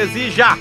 Exija!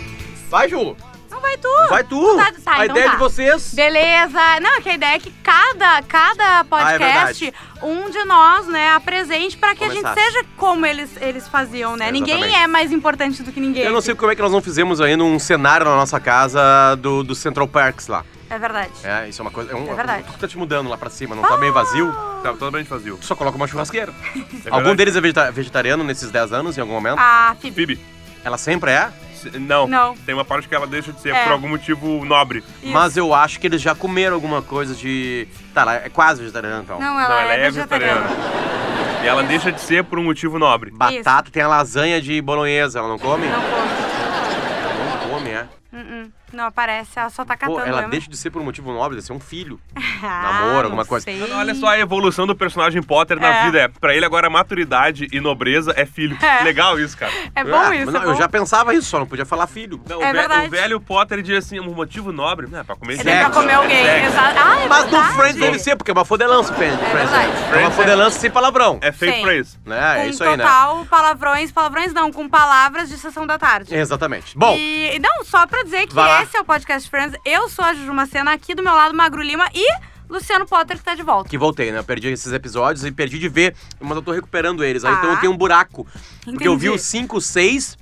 Vai, Ju! Não Então vai tu. Vai tu! Tá, tá, a então ideia é tá. de vocês. Beleza. Não, é que a ideia é que cada, cada podcast, Ah, é verdade. um de nós, né, apresente pra que a Começar. gente seja como eles, eles faziam, né? Ninguém Exatamente. é mais importante do que ninguém. Eu não sei como é que nós não fizemos ainda um cenário na nossa casa do, do Central Parks lá. É verdade. É, isso é uma coisa. É, um, É verdade. Tu tá te mudando lá pra cima, não tá meio vazio? Tá totalmente vazio. Tu só coloca uma churrasqueira. É Algum verdade. deles é vegeta- vegetariano nesses 10 anos, em algum momento? Ah, Phoebe. Phoebe. Ela sempre é? se- Não. Não. Tem uma parte que ela deixa de ser É. por algum motivo nobre. Isso. Mas eu acho que eles já comeram alguma coisa de. Tá, ela é quase vegetariana então. Não, ela, não, ela é, é vegetariana. vegetariana. E ela deixa de ser por um motivo nobre. Batata, tem a lasanha de bolonhesa, ela não come? Não come. Não come, é. Uh-uh. Não aparece, ela só tá catando. Pô, ela lembra? deixa de ser por um motivo nobre, deve ser um filho. Ah, namoro, não alguma coisa. sei. Não, Olha só a evolução do personagem Potter na É. vida. É, pra ele agora maturidade e nobreza é filho. É. Que legal isso, cara. É bom Ah, isso, não, é Eu bom. já pensava isso, só não podia falar filho. Não, É o, ve- verdade. o velho Potter diz assim, um motivo nobre, né, pra comer É Sexo. pra comer alguém. Sexo. Exato. Ah, é Mas no verdade. Friends deve ser, porque é uma fodelança, Friends. verdade. É uma Friends é- fodelança sem palavrão. É fake Sim. phrase. Né? É com isso aí, né? total palavrões, palavrões não, com palavras de sessão da tarde. Exatamente. Bom, E e não, só pra dizer que Vai lá. esse é o Podcast Friends. Eu sou a Juju Macena, aqui do meu lado, Magro Lima e Luciano Potter, que tá de volta. que voltei, né? Eu perdi esses episódios e perdi de ver, mas eu tô recuperando eles. Aí Tá. então eu tenho um buraco. Porque eu vi o Entendi. 5, 6,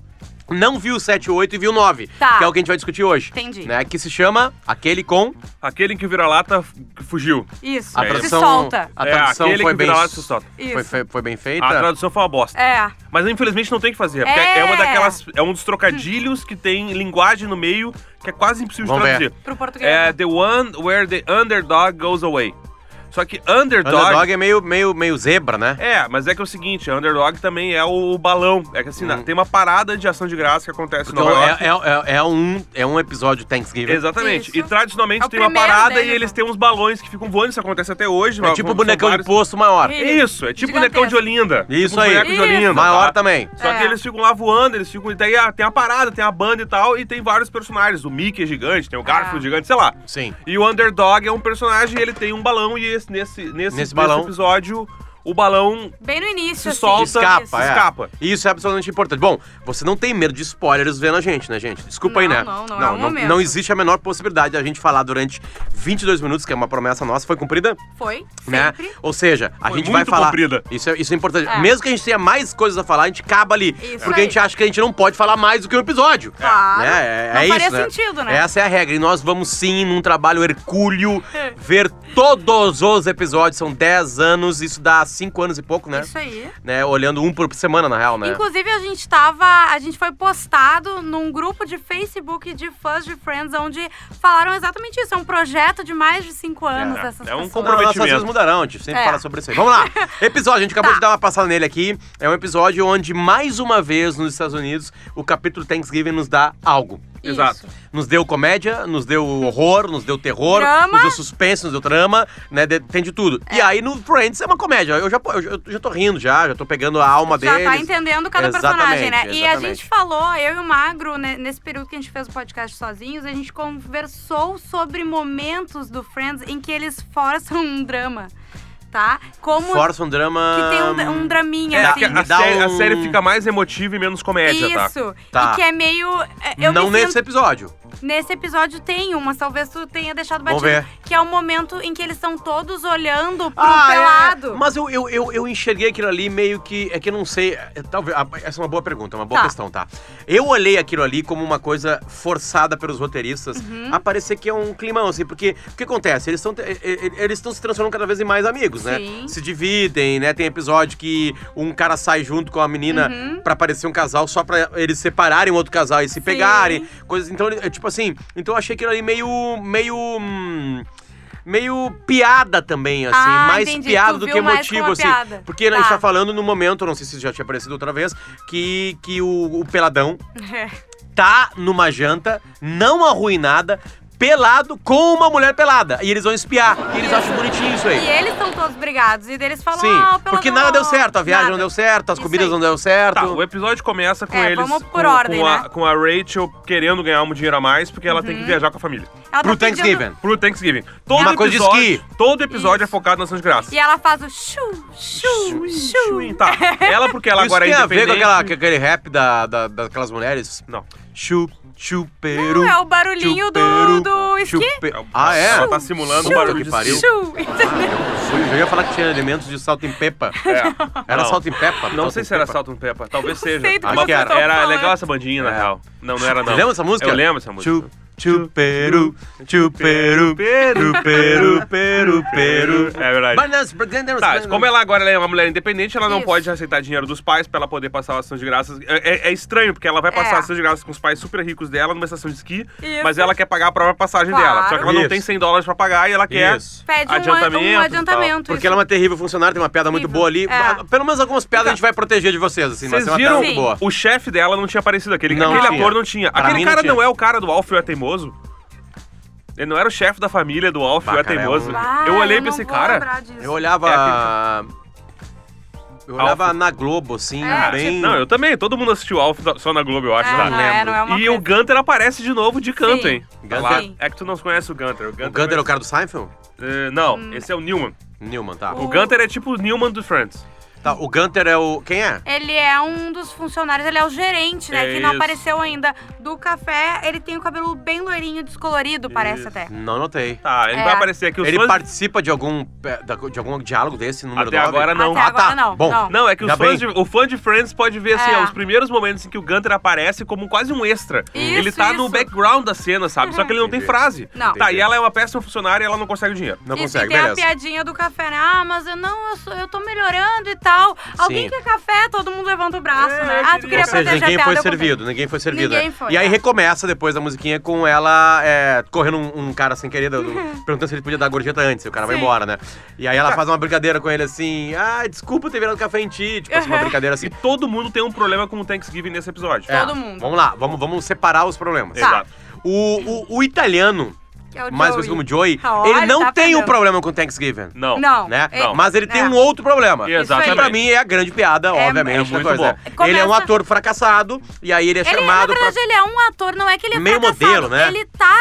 não vi o 7, 8 e vi o 9. Tá. Que é o que a gente vai discutir hoje. Entendi. Né? Que se chama Aquele com. Aquele em que o vira-lata f- fugiu. Isso, A É se tradução. solta. A É, tradução aquele foi, que bem, vira-lata se solta. Isso. foi, foi- foi bem feita. A tradução foi uma bosta. É, Mas infelizmente não tem o que fazer. Porque É. é. uma daquelas. É um dos trocadilhos que tem linguagem no meio que é quase impossível Vamos ver. de traduzir. pro português. É The One Where the Underdog Goes Away. Só que underdog. Underdog é meio, meio, meio zebra, né? É, mas é que é o seguinte, underdog também é o balão. É que assim, na- tem uma parada de ação de graça que acontece Hum. Porque no Nova York. é, é- é- é um, é um episódio Thanksgiving. Exatamente. Isso. E tradicionalmente É o tem uma primeiro parada deles, e eles né? têm uns balões que ficam voando, isso acontece até hoje. É mas tipo são bonecão de vários- posto maior. Ih, Isso, é tipo Gigantesco. bonecão de Olinda. Isso tipo aí. boneco de Olinda, Maior tá? também. Só que É. eles ficam lá voando, eles ficam. E daí ah, tem a parada, tem a banda e tal, e tem vários personagens. O Mickey é gigante, tem o Garfield Ah. gigante, sei lá. Sim. E o Underdog é um personagem, ele tem um balão, e esse- nesse, nesse, Nesse balão. episódio, o balão Bem no início, se assim. solta, Escapa, Isso. é. escapa. Isso é absolutamente importante. Bom, você não tem medo de spoilers vendo a gente, né, gente? Desculpa aí, Não, né? não, não é não, o não, momento. não existe a menor possibilidade da gente falar durante 22 minutos, que é uma promessa nossa, foi cumprida, Foi, né? sempre. Ou seja, a Foi gente vai muito falar. cumprida. Isso é, isso é importante. É. Mesmo que a gente tenha mais coisas a falar, a gente acaba ali. Isso porque a aí. gente acha que a gente não pode falar mais do que um episódio. Claro. Né? É, Não é faria isso, né? sentido, né? Essa é a regra. E nós vamos sim, num trabalho hercúleo, ver todos os episódios. São 10 anos, isso dá 5 anos e pouco, né? Isso aí. né? Olhando um por semana, na real, né? Inclusive, a gente tava. A gente foi postado num grupo de Facebook de fãs de Friends, onde falaram exatamente isso. É um projeto de mais de cinco anos É, dessas é um pessoas. compro- Não, nossas comprometimento. vidas mudarão, a gente sempre É. fala sobre isso aí. Vamos lá. Episódio, a gente acabou Tá. de dar uma passada nele aqui. É um episódio onde, mais uma vez, nos Estados Unidos, o capítulo Thanksgiving nos dá algo. Isso. Exato. Nos deu comédia, nos deu horror, nos deu terror, Drama. nos deu suspense, nos deu drama, né? de- tem de tudo. E aí no Friends é uma comédia. Eu já, eu, eu já tô rindo, já, já tô pegando a alma Já deles. tá entendendo cada personagem, né? Exatamente, E a exatamente. gente falou, eu e o Magro, né, nesse período que a gente fez o podcast sozinhos, a gente conversou sobre momentos do Friends em que eles forçam um drama, tá? Como Força um drama. que tem um, um draminha, É, Dá- assim. que a, dá série, a um- série fica mais emotiva e menos comédia, tá? Isso. Tá. E que é meio. é, Eu Não me nesse sinto- episódio. Nesse episódio tem uma, talvez tu tenha deixado Vamos batido. ver. Que é o momento em que eles estão todos olhando pro Ah, é. pelado. Mas eu, eu, eu, eu enxerguei aquilo ali meio que. É que eu não sei. é, Talvez. ah, Essa é uma boa pergunta, uma boa Tá. questão, tá? Eu olhei aquilo ali como uma coisa forçada pelos roteiristas Uhum. a parecer que é um climão, assim, porque o que acontece? Eles estão te- e- e- eles estão se transformando cada vez em mais amigos, né? Sim. Se dividem, né? Tem episódio que um cara sai junto com a menina Uhum. pra parecer um casal só pra eles separarem o outro casal e se pegarem. Coisas. Então, ele- é tipo assim. Então eu achei aquilo ali meio. meio. hum, meio piada também, assim. Ah, mais entendi. piada Tu do viu que mais como emotivo, uma assim. piada. Porque a gente Tá. tá falando no momento, não sei se já tinha aparecido outra vez, que, que o, o peladão tá numa janta, não arruinada, pelado com uma mulher pelada. E eles vão espiar. E eles acham bonitinho isso aí. E eles estão todos brigados. E daí eles falam, Sim, ah, o porque peladão, nada deu certo, a viagem não nada." deu certo, as Isso comidas aí. não deu certo. Tá, o episódio começa com É, eles. vamos por com, ordem, com a, né? Uhum. com a Rachel querendo ganhar um dinheiro a mais, porque ela tem que viajar com a família. Ela tá Pro pedindo- Thanksgiving. Pro Thanksgiving. Todo Uma coisa de episódio, esqui. Todo episódio é focado na ação de graça. E ela faz o chu, chu, chu. Tá. Ela, porque ela Isso agora é tem a ver independente. com, aquela- com aquele rap da, da- daquelas mulheres? Não. chup, chuperu. Não, é o barulhinho do, chuperu, do esqui. chupe- Ah, é? Ela tá simulando um barulho que de pariu. Chu, entendeu? Eu ia falar que tinha elementos de salto em pepa. É. Era Não. salto em pepa? Não Salto sei em se era pepa. Salto no Peppa, talvez Não seja. sei do que Mas vocês era, estão era falando. legal essa bandinha, na É. real. Não, não era não. Você lembra essa música? Eu lembro essa música. Chup, chuperu, chuperu, peru, peru, peru, peru. É verdade. Bananas, bananas, Tá, bananas. como ela agora é uma mulher independente, ela não Isso. pode aceitar dinheiro dos pais pra ela poder passar a ação de graças. É, é- é estranho, porque ela vai passar É. a ação de graças com os pais super ricos dela numa estação de esqui, Isso. mas ela quer pagar a própria passagem Claro. dela. Só que ela não Isso. tem 100 dólares pra pagar e ela quer. Isso. Pede um Adiantamento e adiantamento. Um tal. adiantamento Porque isso. ela é uma terrível funcionária, tem uma piada muito Terrível. boa ali. É. Então, Ah, Pelo menos algumas piadas a gente vai proteger de vocês, assim, mas Vocês é uma piada viram? Sim. muito boa. O chefe dela não tinha aparecido. Aquele, Não aquele tinha. ator não tinha. Pra aquele mim não cara não, tinha. é o cara do Alfio é Teimoso? Ele não era o chefe da família do Alfio Bah, é cara, é Teimoso? um- Bah, Eu olhei eu pra não esse vou cara. lembrar disso. Eu olhava. É Eu olhava Alfa. na Globo, assim, É, bem. Não, eu também. Todo mundo assistiu Alf da- só na Globo, eu acho. É, tá? não é, não é uma e coisa- o Gunter aparece de novo de canto, Sim. hein? Gunter- Lá- Sim. É que tu não conhece o Gunter. O Gunter, O Gunter é o cara do Seinfeld? Eh, não, esse é o Newman. Newman, tá. O Hum. O- Gunter é tipo o Newman do Friends. Tá, o Gunter é o. Quem é? Ele é um dos funcionários, ele é o gerente, né? É que não isso. apareceu ainda. Do café, ele tem o cabelo bem loirinho, descolorido, parece Isso. até. Não notei. Tá, ele É. vai aparecer aqui. Os Ele fãs... participa de algum, pe- da- de algum diálogo desse, número Até 9? agora não. Até Ah, agora tá. não. Bom. não. Não, é que os Ainda fãs de, bem. o fã de Friends pode ver assim, É. ó, os primeiros momentos em que o Gunter aparece como quase um extra. Isso, ele tá no isso. background da cena, sabe? Só que ele não tem Entendi. frase. Não. Tá, e Entendi. ela é uma péssima funcionária e ela não consegue o dinheiro. Não Isso, consegue, e tem beleza. a piadinha do café, né? Ah, mas eu não, eu, sou, eu tô melhorando e tal. Alguém Sim. quer café, todo mundo levanta o braço, É, né? eu Ah, tu queria queria- Ou seja, proteger a ninguém piada. foi eu comprei. servido, ninguém foi servido. Ninguém né? foi, e aí é. recomeça depois da musiquinha com ela é, correndo um, um cara sem querer, do- perguntando se ele podia dar gorjeta antes, e o cara vai Sim. Tá. embora, né? E aí ela faz uma brincadeira com ele assim, ah, desculpa ter virado café em ti, tipo assim, uma Uhum. brincadeira E assim. todo mundo tem um problema com o Thanksgiving nesse episódio. É, Todo mundo. Vamos lá, vamos, vamos separar os problemas. Tá. Exato. O, o- o italiano, Que é o mais Joey. conhecido como Joey, Ah, olha, ele não tá tem um aprendendo. problema com Thanksgiving. Não. Não. Né? Não. Mas ele tem É. um outro problema. Exatamente. Que pra mim é a grande piada, obviamente. é da muito coisa, bom. né? Ele é um Começa- ator fracassado, e aí ele é Ele, na chamado pra verdade, ele é um ator, não é que ele é Meio fracassado, modelo, né? Ele tá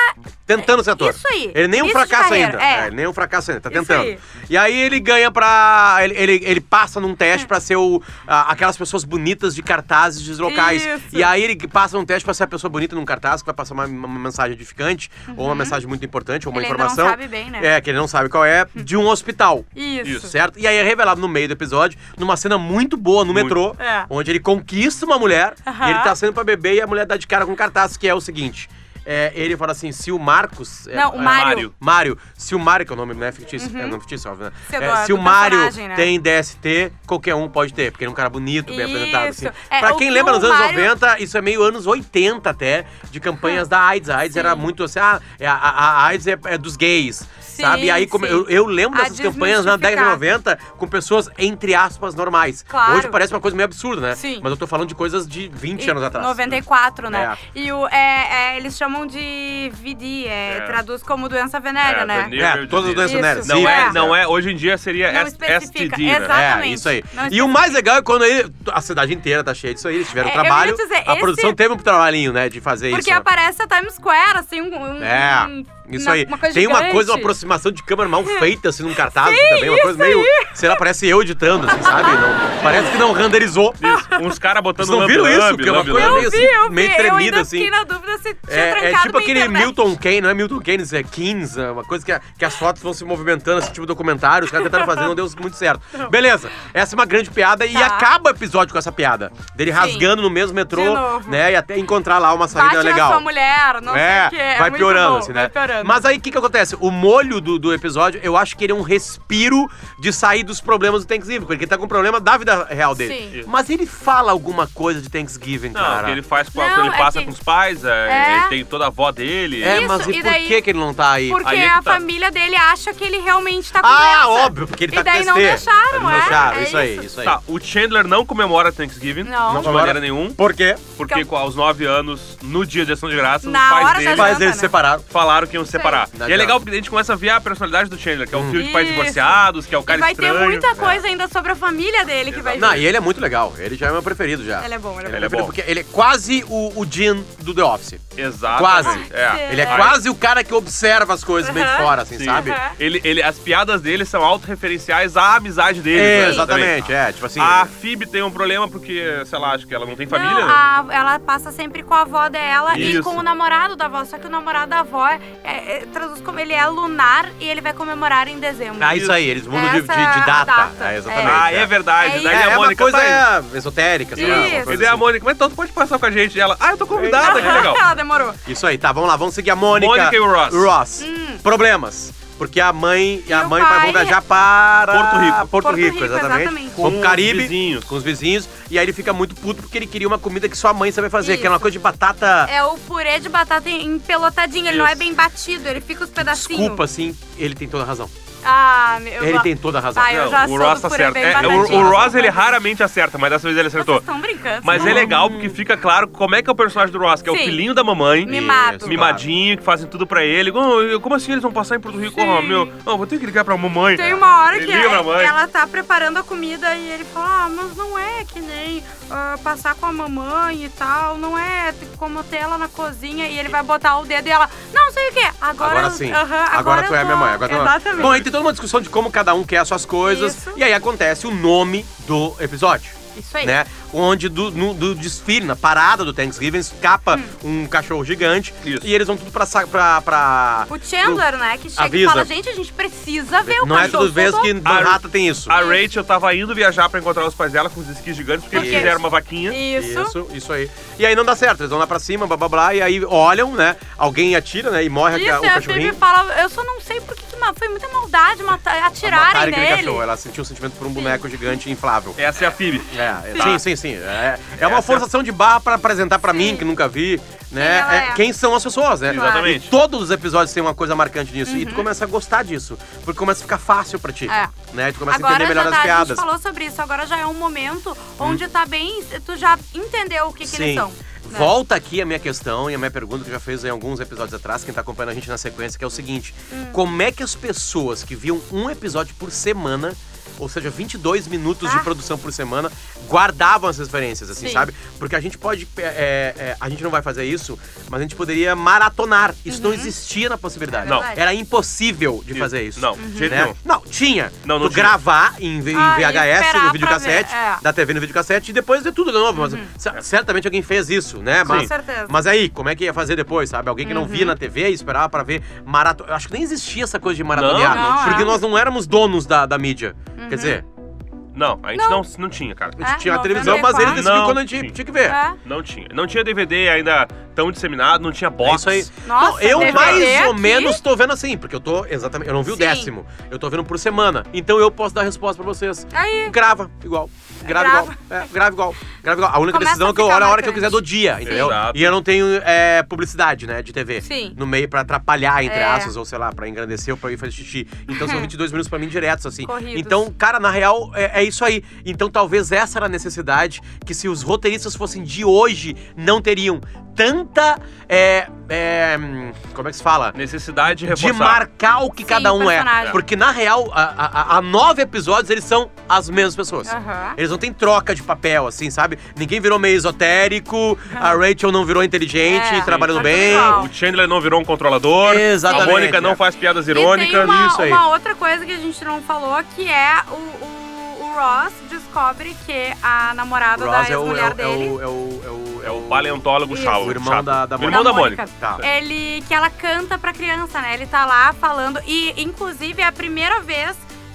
Tentando ser ator. Isso aí. Ele nem um Início de fracasso carreira, ainda. é. ele nem um fracasso ainda, tá Isso tentando. aí. E aí ele ganha pra. Ele, ele, ele passa num teste pra ser o, a- aquelas pessoas bonitas de cartazes de locais. Isso. E aí ele passa num teste pra ser a pessoa bonita num cartaz que vai passar uma, uma mensagem edificante, ou uma mensagem muito importante, ou uma Uhum. Ele ainda não informação. sabe bem, né? É, que ele não sabe qual é, de um hospital. Isso. Certo? E aí é revelado no meio do episódio, numa cena muito boa no Muito. metrô, É. onde ele conquista uma mulher, Aham. e ele tá saindo pra beber e a mulher dá de cara com um cartaz, que é o seguinte. é, ele fala assim, se o Marcos... é, Não, o é, Mário. Uhum. Mário. Mário, se o Mário, que é o nome, não é fictício, é nome fictício, óbvio, né? Você É, gosta se o do Mário personagem, né? tem DST, qualquer um pode ter, porque ele é um cara bonito, bem Isso. apresentado, assim. É, pra o quem que lembra, o nos anos Mário- 90, isso é meio anos 80 até, de campanhas da AIDS. A AIDS era muito assim, ah, é, a, a- a AIDS é, é dos gays, Sim, sabe? E aí, como sim. eu, eu lembro A dessas campanhas na década de 90, 90 com pessoas, entre aspas, normais. Claro. Hoje parece uma coisa meio absurda, né? Sim. Mas eu tô falando de coisas de 20 E- anos atrás. 94, né? E o, é, é, eles chamam de VD, é, É. traduz como doença venérea, É, né? venérea. É, todas as doenças Isso. venéreas. Não Sim, é, É. não é. Hoje em dia seria Não S- especifica, STD, né? exato. É, Exatamente. isso aí. Não E o mais legal é quando ele, a cidade inteira tá cheia disso aí, eles tiveram É, eu trabalho. ia dizer, a esse- produção teve um trabalhinho, né, de fazer Porque isso. né? aparece a Times Square, assim, um. um- É, um- isso uma- aí. Uma coisa Tem uma gigante. coisa, uma aproximação de câmera mal feita, assim, num cartaz também. Uma coisa meio. Sei lá, parece eu editando, assim, sabe? Não- parece que não renderizou. Isso. Uns caras botando Vocês não lambe, viram isso? lambe, Que é uma lambe, coisa lambe. Eu vi, eu vi. meio eu tremida, ainda assim. fiquei na dúvida se tinha É, trancado é tipo minha aquele internet. Milton Keynes, não é Milton Keynes, é Keynes, é uma coisa que, a- que as fotos vão se movimentando, assim, tipo documentário, os caras tentaram fazer, não deu muito certo. Beleza, essa é uma grande piada e Tá. acaba o episódio com essa piada. Dele rasgando no mesmo De metrô, novo. né, e até encontrar lá uma saída Bate é legal. na Tá sua mulher, não sei é, o que. É vai muito piorando, bom, assim, né? Vai piorando. Mas aí o que, que acontece? O molho do, do episódio, eu acho que ele é um respiro de sair dos problemas do Thanksgiving, porque ele tá com problema da vida real dele. Sim. Mas ele fala alguma coisa de Thanksgiving, Não, cara. porque ele faz com Não, ele é passa que- com os pais, é, É. ele tem toda a avó dele. É, Isso, mas e, e por daí- que, que ele não tá aí? Porque Aí é que a tá. família dele acha que ele realmente tá com Ah, doença. óbvio, porque ele tá E daí com não TST. deixaram, não é, deixaram, é isso aí, isso. isso aí. Tá, o Chandler não comemora Thanksgiving. Não. Não de comemora. maneira nenhuma. Por quê? Porque Então- com- aos 9 anos, no dia de ação de graças, Na os pais hora da dele Mas janta, eles né? separaram. falaram que iam se separar. Não E é adianta. legal porque a gente começa a ver a personalidade do Chandler, Hum. que é o filho de pais Isso. divorciados, que é o cara e vai estranho. ter né? muita É. coisa ainda sobre a família dele que vai Não, vir. e ele é muito legal. Ele já é meu preferido já. Ele é bom, Ele ele é bom. é, Ele é preferido bom. porque ele é quase o, o Jim do The Office. Exato. Quase. É. Ele é É. quase o cara que observa as coisas meio de Aham. fora, assim, Sim. sabe? Aham. Ele, ele, as piadas dele são autorreferenciais à amizade dele. É, né, exatamente, também. é. Tipo assim. A Phoebe tem um problema porque, sei lá, acho que ela não tem família. Não, ah, né? a- ela passa sempre com a avó dela e Isso. com o namorado da avó. Só que o namorado da avó é, é, traduz como ele é lunar e ele vai comemorar em dezembro. Ah, isso aí, eles mudam de, de- Essa é de a data. data. É, exatamente. Ah, é é. verdade. É Daí isso. É, a é uma Mônica coisa tá indo. esotérica, sei lá. uma Isso. coisa E daí a assim. Mônica, mas então tu pode passar com a gente. E Ela, ah, eu tô convidada, que Aham, legal. Ela demorou. Isso aí, tá, vamos lá, vamos seguir a Mônica. Mônica e o Ross. Problemas. Porque a mãe e a Hum. o mãe vai pai- vão viajar para Porto Rico. Porto, Porto Rico, Rico, exatamente. exatamente. Um Com o Caribe, os vizinhos. assim, com os vizinhos, e aí ele fica muito puto porque ele queria uma comida que só a mãe sabia fazer, que era uma Isso. coisa de batata, É o purê de batata em- empelotadinho. Ele não é Isso. bem batido, ele fica os pedacinhos. desculpa assim, ele tem toda a razão. Ah, meu ele go- tem toda a razão. Ah, eu já o sou Ross do tá purê certo. bem É, o- batidinho. o Ross, ele raramente acerta, mas dessa vez ele Vocês acertou. estão brincando. Mas não. é legal porque fica claro como é que é o personagem do Ross, que é o Sim. filhinho da mamãe. Mimado. Isso, Mimadinho, que fazem tudo pra ele. Oh, eu- como assim eles vão passar em Porto Rico? Sim. Oh, meu, não, vou ter que ligar pra mamãe. Tem uma hora Ele que liga é- pra mãe. ela tá preparando a comida e ele fala: Ah, mas não é que nem ah, passar com a mamãe e tal, não é como ter ela na cozinha e ele vai botar o dedo e ela, não sei o quê. Agora, Agora eu- sim. aham, agora, eu tu é a tô- minha mãe. Agora tu é a minha mãe. Exatamente. Bom, aí tem toda uma discussão de como cada um quer as suas coisas. Isso. E aí acontece o nome do episódio. Isso aí. Né? Onde do, no- do desfile, na parada do Thanksgiving, escapa Hum. um cachorro gigante Isso. e eles vão tudo pra. sa- pra, pra O Chandler, né, que chega Avisa. e fala: gente, a gente precisa ver o não é um todas cachorro. as vezes que Manhattan tem isso. A Rachel tava indo viajar pra encontrar os pais dela com os esquis gigantes, porque eles Porque- fizeram uma vaquinha. Isso. Isso, isso aí. E aí não dá certo, eles vão lá pra cima, blá blá blá, e aí olham, né? Alguém atira, né? E morre a- Isso, o é, e a Phoebe cachorrinho. fala, eu só não sei porque que ma- foi muita maldade matar, atirarem Mataram aquele nele. cachorro. Ela sentiu um sentimento por um boneco gigante inflável. Essa é a Phoebe. É, Sim. sim, sim, sim. É, é uma Essa- forçação de barra pra apresentar pra mim, Sim. que nunca vi, né? ela é é. quem são as pessoas, né? Exatamente. E todos os episódios têm uma coisa marcante nisso. E tu começa a gostar disso. Porque começa a ficar fácil pra ti. Uhum. É. Né? Tu começa a agora entender melhor já as tá, a gente piadas. Hum. falou sobre isso, agora já é um momento onde tá bem. Tu já entendeu o que, que eles são. né? Volta aqui a minha questão e a minha pergunta que já fez em alguns episódios atrás, quem tá acompanhando a gente na sequência, que é o seguinte: Hum. como é que as pessoas que viam um episódio por semana, ou seja, 22 minutos de Ah. produção por semana, guardavam essas referências, assim, Sim. sabe? Porque a gente pode. é, é, a gente não vai fazer isso, mas a gente poderia maratonar. Isso Uhum. não existia na É possibilidade. Não. Era impossível de fazer isso. Não, Uhum. de jeito Né? nenhum. Não, tinha. Não, não tu tinha. gravar em, V- em Ah, e VHS, esperar no pra videocassete, ver, é. Uhum. da TV no videocassete e depois ver tudo de novo. Mas cer- certamente alguém fez isso, né? Com Mas, certeza. Uhum. mas aí, como é que ia fazer depois, sabe? Alguém que não via na TV e esperava pra ver maratona. Eu acho que nem existia essa coisa de maratonear. Não, não porque é. nós não éramos donos da, da mídia. Quer dizer, Não, a gente não, não, tinha, cara. a gente É, tinha a televisão, mas ele 94. decidiu Não, quando a gente sim. tinha que ver. É. Não tinha. Não tinha DVD ainda tão disseminado, não tinha É box. isso aí. Nossa, não, eu DVD mais ou aqui? menos tô vendo assim, porque eu tô exatamente. Eu não vi o Sim. décimo. Eu tô vendo por semana. Então eu posso dar a resposta pra vocês. Aí. Grava igual. Grava, Grava. igual. É, grava igual. Grava igual. A única Começa decisão a é que eu ficar olho a hora que eu quiser marcante. do dia, entendeu? Exato. E eu não tenho é, publicidade, né, de TV. Sim. No meio pra atrapalhar, entre É. aspas, ou sei lá, pra engrandecer ou pra ir fazer xixi. Então são 22 minutos pra mim diretos, assim. Corridos. Então, cara, na real, é, é isso aí. Então talvez essa era a necessidade que se os roteiristas fossem de hoje, não teriam tanta. é, é, hum, como é que se fala? Necessidade de reforçar. de marcar o que Sim, cada um é. personagem. Porque, na real, a, a- a nove episódios eles são as mesmas pessoas. Aham. Eles não têm troca de papel, assim, sabe? Ninguém virou meio esotérico, a Rachel não virou inteligente, É, trabalhando tá tudo bem. igual. O Chandler não virou um controlador. Exatamente, A Mônica é. não faz piadas e tem irônicas. é uma, isso aí. uma outra coisa que a gente não falou, que é o, o, o Ross descobre que a namorada da Ross é o, é, ex-mulher o, é, dele. o, é, o, é o- É o paleontólogo Isso. Shaw. O irmão da- da O irmão Mônica. da Mônica. Tá. É Ele que ela canta pra criança, né? Ele tá lá falando e inclusive é a primeira vez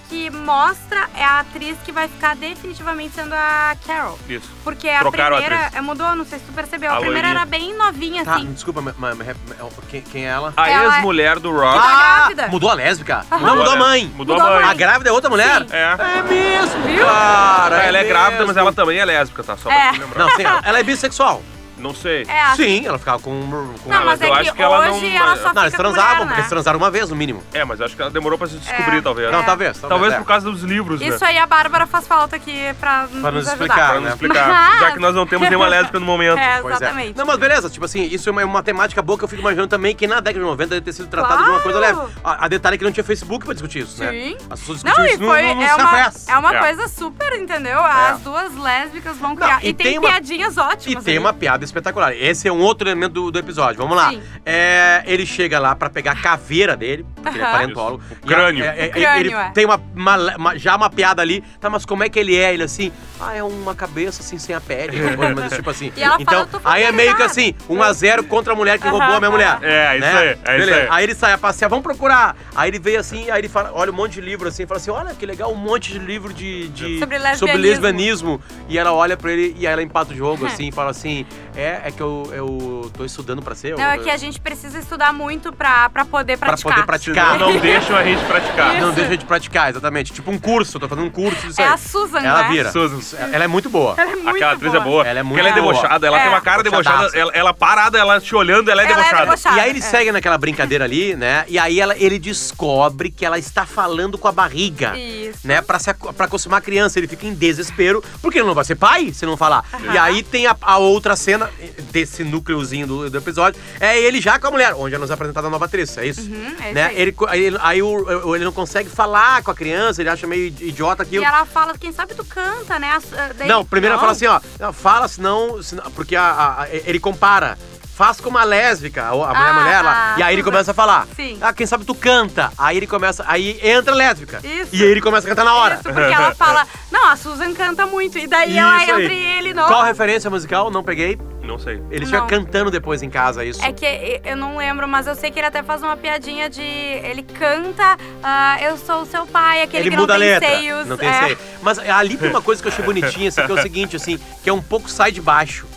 que mostra é a atriz que vai ficar definitivamente sendo a Carol. Isso. Porque a Trocaram a primeira. atriz. é, mudou, não sei se tu percebeu. A, A primeira loirinha. era bem novinha, Tá, assim. desculpa, mas, mas- mas- mas- quem, quem é ela? Ah, A Ela- ex-mulher do Ross. tá grávida. Mudou a lésbica? Ah, Não, mudou a Agora- mãe. Mudou, Mudou a a A mãe. grávida é outra mulher? Sim. É. É mesmo, cara. Ela é grávida, mesmo. mas ela também é lésbica, tá? Só pra É. te lembrar. Não, sim, ela é bissexual. Não sei. É, acho- Sim, ela ficava com. um, com Não, mas eu é acho que, que ela não- hoje ela só Não, fica eles com transavam, mulher, porque né? eles transaram uma vez, no mínimo. É, mas acho que ela demorou pra se descobrir, talvez. Não, talvez. Talvez é. por causa dos livros, É. Isso né? aí a Bárbara faz falta aqui pra nos, Pra nos ajudar. Pra né? nos explicar. Mas- Já que nós não temos nenhuma lésbica no momento. É, Pois é. exatamente. Não, mas beleza, tipo assim, isso é uma, uma temática boa que eu fico imaginando também que na década de 90 deve ter sido tratado de uma coisa Claro! leve. A, a detalhe é que não tinha Facebook pra discutir isso, né? Sim. As pessoas Não, discutiam e isso foi. no, no, é, uma, Snapchat. é uma É. coisa super, entendeu? As duas lésbicas vão criar. É. Não, e, e tem, tem uma- piadinhas E ótimas. tem ali. uma piada espetacular. Esse é um outro elemento do, do episódio. Vamos lá. Sim. É, ele chega lá pra pegar a caveira dele, porque ele é Aham. parentólogo. Isso. O E a- crânio. é, é, O crânio, ele é. tem uma, uma- uma- já uma piada ali. Tá, mas como é que ele é? Ele assim, ah, é uma cabeça assim, sem a pele. mas tipo assim. E ela fala, então, "Eu tô aí é meio que assim, familiarizada." 1x0 contra a mulher que Aham. roubou a minha mulher. É, isso aí, né? é isso aí. Beleza. Aí ele sai a passear, vamos procurar. Aí ele veio assim, aí ele fala, olha um monte de livro assim, fala assim, olha que legal, um monte de livro de... de- Sobre lesbianismo. lesbianismo. E ela olha pra ele e aí ela empata o jogo assim e fala assim, é, é que eu, eu tô estudando pra ser... Não, é que a gente precisa estudar muito pra, pra poder Então, né? Pra poder praticar. praticar. Senão não deixam a gente praticar. Não Isso. deixa de praticar, exatamente. Tipo um curso, eu tô fazendo um curso disso É aí. a Susan, ela né? vira. Susan. Ela é muito boa. Ela é muito Aquela atriz é boa. Ela é muito Porque ela é boa. debochada, ela É. tem uma cara debochada. Debochadaça. Ela, ela parada, ela te olhando, ela é Ela é debochada. debochada. E aí ele é. segue naquela brincadeira ali, né? E aí ela, ele descobre que ela está falando com a barriga. Isso. né, pra, se, ac- pra acostumar a criança. Ele fica em desespero, porque ele não vai ser pai se não falar. E aí tem a, a outra cena desse núcleozinho do, do episódio, é ele já com a mulher, onde é nos apresentada a nova atriz, é isso? Uhum, é né? isso aí. ele, co- aí ele- aí o- o- ele não consegue falar com a criança, ele acha meio idiota E aquilo. ela fela, quem sabe tu canta, né? As- ah, daí- Não, primeiro ela fala assim, ó, "Não, fala senão, senão- porque a- a- a- ele compara. Faz como a lésbica, a a mulher Ah, mulher lá. tá. E aí ele começa a falar. Sim. Ah, quem sabe tu canta. Aí ele começa. Aí entra a lésbica. Isso. E aí ele começa a cantar na hora. Isso, porque ela fala, não, a Susan canta muito. E daí ela Isso aí. entra e ele não. Qual referência musical? Não peguei. Não sei. Ele Não. chega cantando depois em casa, isso. É que e- eu não lembro, mas eu sei que ele até faz uma piadinha de. Ele canta ah, Eu sou o seu pai, aquele ele que muda não a tem letra. seios. Não tem é. seio. Mas ali tem uma coisa que eu achei bonitinha, assim, que é o seguinte, assim, que é um pouco sai de baixo.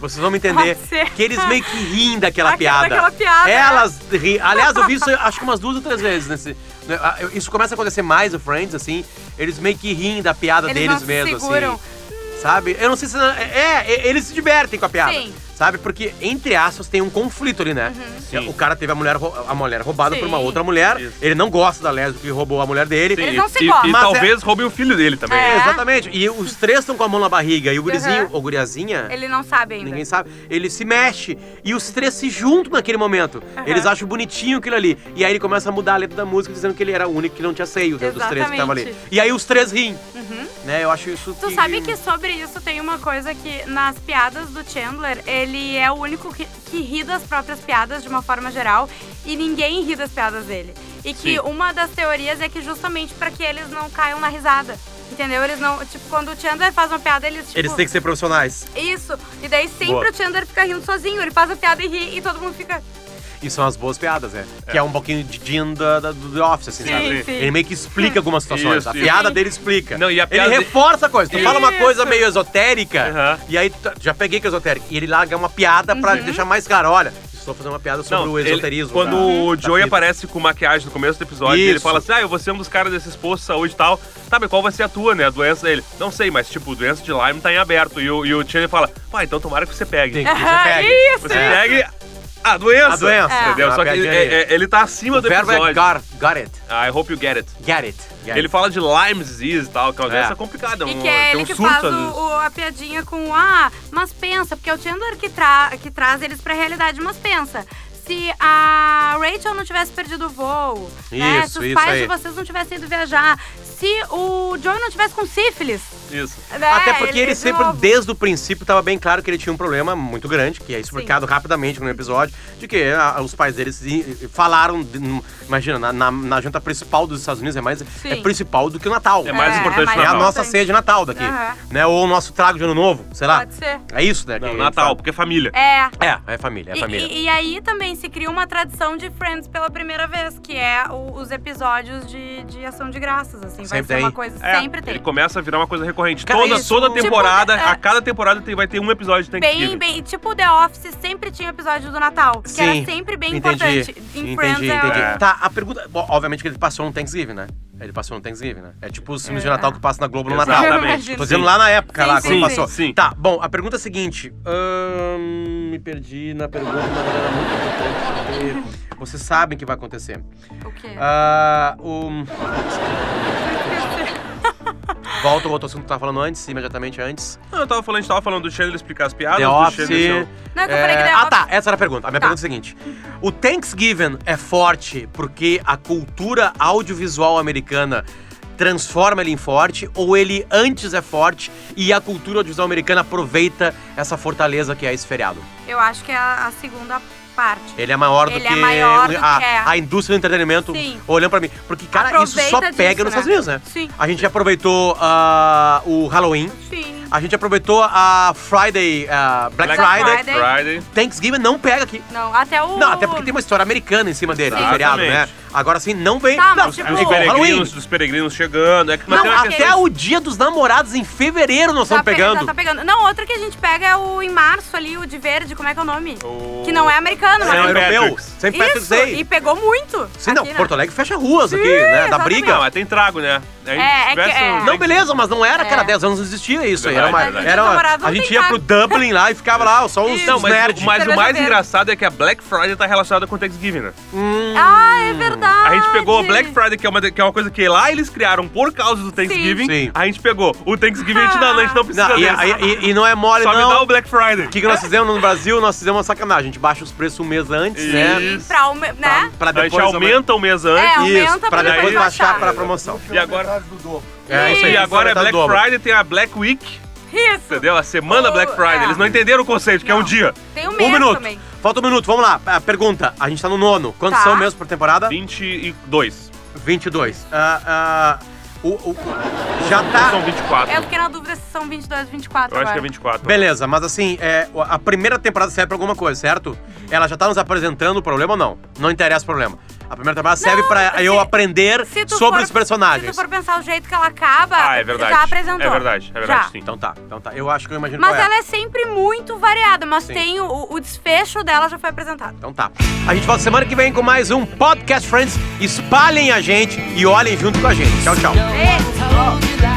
Vocês vão me entender. Pode ser. Que eles meio que riem daquela Aquela- piada. daquela piada, Elas riem. Aliás, eu vi isso acho que umas duas ou três vezes nesse. ah, eu- Isso começa a acontecer mais o Friends, assim. Eles meio que riem da piada Eles não deles se mesmo, seguram. assim. Sabe? Eu não sei se. É, é, eles se divertem com a piada. Sim. Uhum. Sabe? Porque, entre aspas, tem um conflito ali, né? Sim. O cara teve a mulher, rou- a mulher roubada por uma Sim. outra mulher. Isso. Ele não gosta da lésbica que roubou a mulher dele. Eles Sim, não e- se e- gostam. E, Mas é talvez roubem o filho dele também. É. Exatamente. E os três estão com a mão na barriga. E o gurizinho, Uhum. ou guriazinha, Ele não sabe ainda. ninguém sabe, ele se mexe. E os três se juntam naquele momento. Eles acham bonitinho aquilo ali. E aí ele começa a mudar a letra da música, dizendo que ele era o único que não tinha seio né, dos três que estavam ali. Exatamente. Uhum. E aí os três riem. Né, eu acho isso Tu sabe que sobre isso tem uma coisa que nas piadas do Chandler, ele é o único que, que ri das próprias piadas de uma forma geral e ninguém ri das piadas dele. E que Sim. uma das teorias é que justamente pra que eles não caiam na risada. Entendeu? Eles não. Tipo, quando o Chandler faz uma piada, eles. Tipo, Eles têm que ser profissionais. Isso. E daí sempre Boa. o Chandler fica rindo sozinho. Ele faz a piada e ri e todo mundo fica. E são as boas piadas, né? Que é um pouquinho de Jim da, da- do The Office, assim, Sim, sabe? sim. Ele meio que explica algumas situações. Isso, a isso. piada dele explica. Não, e a piada ele de- reforça a coisa. Tu fala uma Isso. coisa meio esotérica, Aham. e aí tu- já peguei que é esotérica. E ele larga uma piada pra Uhum. deixar mais claro. Olha, estou fazendo uma piada sobre Não, o ele- esoterismo. tá? quando da- o da Joey vida. aparece com maquiagem no começo do episódio, ele Isso. fala assim: Ah, eu vou ser um dos caras desses postos de saúde e tal. Tá, mas qual vai ser a tua, né? A doença dele. Não sei, mas tipo, doença de Lyme tá em aberto. E o, e o Chandler fala: Pá, então tomara que você pegue. Tem que você Ah, pega. isso, Você pegue a doença. A doença. Ah, É. Entendeu? Uma Só que ele, piadinha aí. é- é- ele tá acima O do verbo é episódio. "Ah, got, got it. I hope you get it. Get it. Get Ele it. fala de Lyme disease e tal, que é uma É. doença complicada. E um- que é tem ele um que surto, faz às o, vezes. o- a piadinha com ah, mas pensa, porque é o Chandler que, tra que traz eles pra realidade, mas pensa. Se a Rachel não tivesse perdido o voo, né? Se Isso, os isso pais aí. de vocês não tivessem ido viajar, se o John não tivesse com sífilis. Isso. né? Até porque ele, de sempre, novo. desde o princípio, estava bem claro que ele tinha um problema muito grande, que é explicado rapidamente no episódio, de que ah, os pais deles i- falaram, de- num- imagina, na, na- na janta principal dos Estados Unidos é mais é principal do que o Natal. É mais É, importante é mais o É a Natal. nossa ceia de Natal daqui, Aham. né? Ou o nosso trago de ano novo, sei lá. Pode ser. É isso, né? que a Não, gente Natal, fala. porque é família. É. É, é família, é E, família. e- e aí também se cria uma tradição de Friends pela primeira vez, que é o- os episódios de, de ação de graças, assim. vai Sempre ser tem. uma coisa, É, sempre tem. Ele começa a virar uma coisa recorrente. Cara, toda, isso- toda Tipo, temporada, é- a cada temporada tem, vai ter um episódio de Bem, Thanksgiving. bem, tipo The Office sempre tinha episódio do Natal, que era sempre bem importante. Em entendi, Friends é- entendi. É. Tá, a pergunta. bom, obviamente que ele passou um Thanksgiving, né? Ele passou no Thanksgiving, né? É tipo os filmes É. de Natal que passam na Globo no Natal. Exatamente. Imagina. Tô dizendo lá na época, Sim, lá, sim, quando sim. passou. Sim. Tá, bom, a pergunta é a seguinte. ahn, me perdi na pergunta, mas era muito importante. porque Vocês sabem o que vai acontecer. O quê? Ah, o... Volta ao outro assunto que tu tava falando antes, imediatamente antes. Não, eu tava falando, a gente tava falando do Chandler explicar as piadas, The do Office. Chandler... Não, é que eu falei que É, The Ah, Office- tá. Essa era a pergunta. A minha Tá. pergunta é a seguinte: O Thanksgiving é forte porque a cultura audiovisual americana transforma ele em forte ou ele antes é forte e a cultura audiovisual americana aproveita essa fortaleza que é esse feriado? Eu acho que é a, a segunda parte. Ele é maior do Ele que é maior do a, que- é. a indústria do entretenimento Sim. olhando pra mim. Porque, cara, isso só Aproveita pega nos disso, né? Estados Unidos, né? Sim. A gente aproveitou ah, o Halloween, Sim. a gente aproveitou a Friday, ah, Black, Black Friday. Friday. Friday. Thanksgiving não pega aqui. Não, até o. Não, até porque tem uma história americana em cima dele, Sim. do feriado, né? Exatamente. Agora sim, não vem. Tá, não, mas tipo- é Os igual Halloween. peregrinos, dos peregrinos chegando. É que mas Não, tem uma até o dia dos namorados em fevereiro nós Tá estamos pe- pegando. tá pegando. Não, outra que a gente pega é o em março ali, o de verde, como é que é o nome? O- Que não é americano, Não, Saint mas. europeu. Patrick's. Sem Patrick's Isso, Day. e pegou muito. Sim, não, aqui, né? Porto Alegre fecha ruas aqui, Sim, né? Da exatamente. briga. Não, mas tem trago, né? Aí É, se é que- tivesse um- é. Não, beleza, mas não era, cara, É. 10 anos não existia isso. aí, era Verdade, uma, verdade. era uma- Namorado a não gente tem ia nada. pro Dublin lá e ficava lá, só uns, Não, uns mas, nerds. o- mas o Cerveja mais verde. engraçado é que a Black Friday tá relacionada com o Thanksgiving, né? Hum. Ah, é verdade. A gente pegou a Black Friday, que é, uma, de- que é uma coisa que lá eles criaram por causa do Thanksgiving. Sim. A gente pegou. O Thanksgiving a gente Ah. não, a gente não precisa Não, e, desse. e- e- e não é mole, Só me dá não. o O Black Friday. que, que nós fizemos no Brasil? Nós fizemos uma sacanagem. A gente baixa os preços um mês antes, né? Isso. Pra, aume- né? Pra, pra a depois. gente aumenta o mês antes. aumenta isso, pra pra depois, depois baixar baixar. pra promoção. um E agora, É isso aí. e agora é tá Black dobro. Friday, tem a Black Week, Isso. entendeu? A semana O- Black Friday. é. Eles não entenderam o conceito, que é um Não. dia. Tem o Um mês minuto. também. Falta um minuto, vamos lá. Ah, Pergunta. A gente tá no nono. Quantos Tá. são mesmo por temporada? 22. 22. Ah, ah, o, o- já Ou São tá. 24. É, Eu fiquei na dúvida se são 22, 24 Eu acho que é agora. 24. Beleza, mas assim, é, a primeira temporada serve pra alguma coisa, certo? Ela já tá nos apresentando o problema ou não? Não interessa o problema. A primeira temporada serve Não, pra se- eu aprender Se tu sobre for- os personagens. Se tu for pensar o jeito que ela acaba, Ah, é verdade. já apresentou. É verdade, é verdade, Já. sim. Então tá, então tá. Eu acho que eu imagino Mas qual é. ela é sempre muito variada, mas Sim. tem o, o desfecho dela já foi apresentado. Então tá. A gente volta semana que vem com mais um Podcast Friends. Espalhem a gente e olhem junto com a gente. Tchau, tchau. Beijo. told you that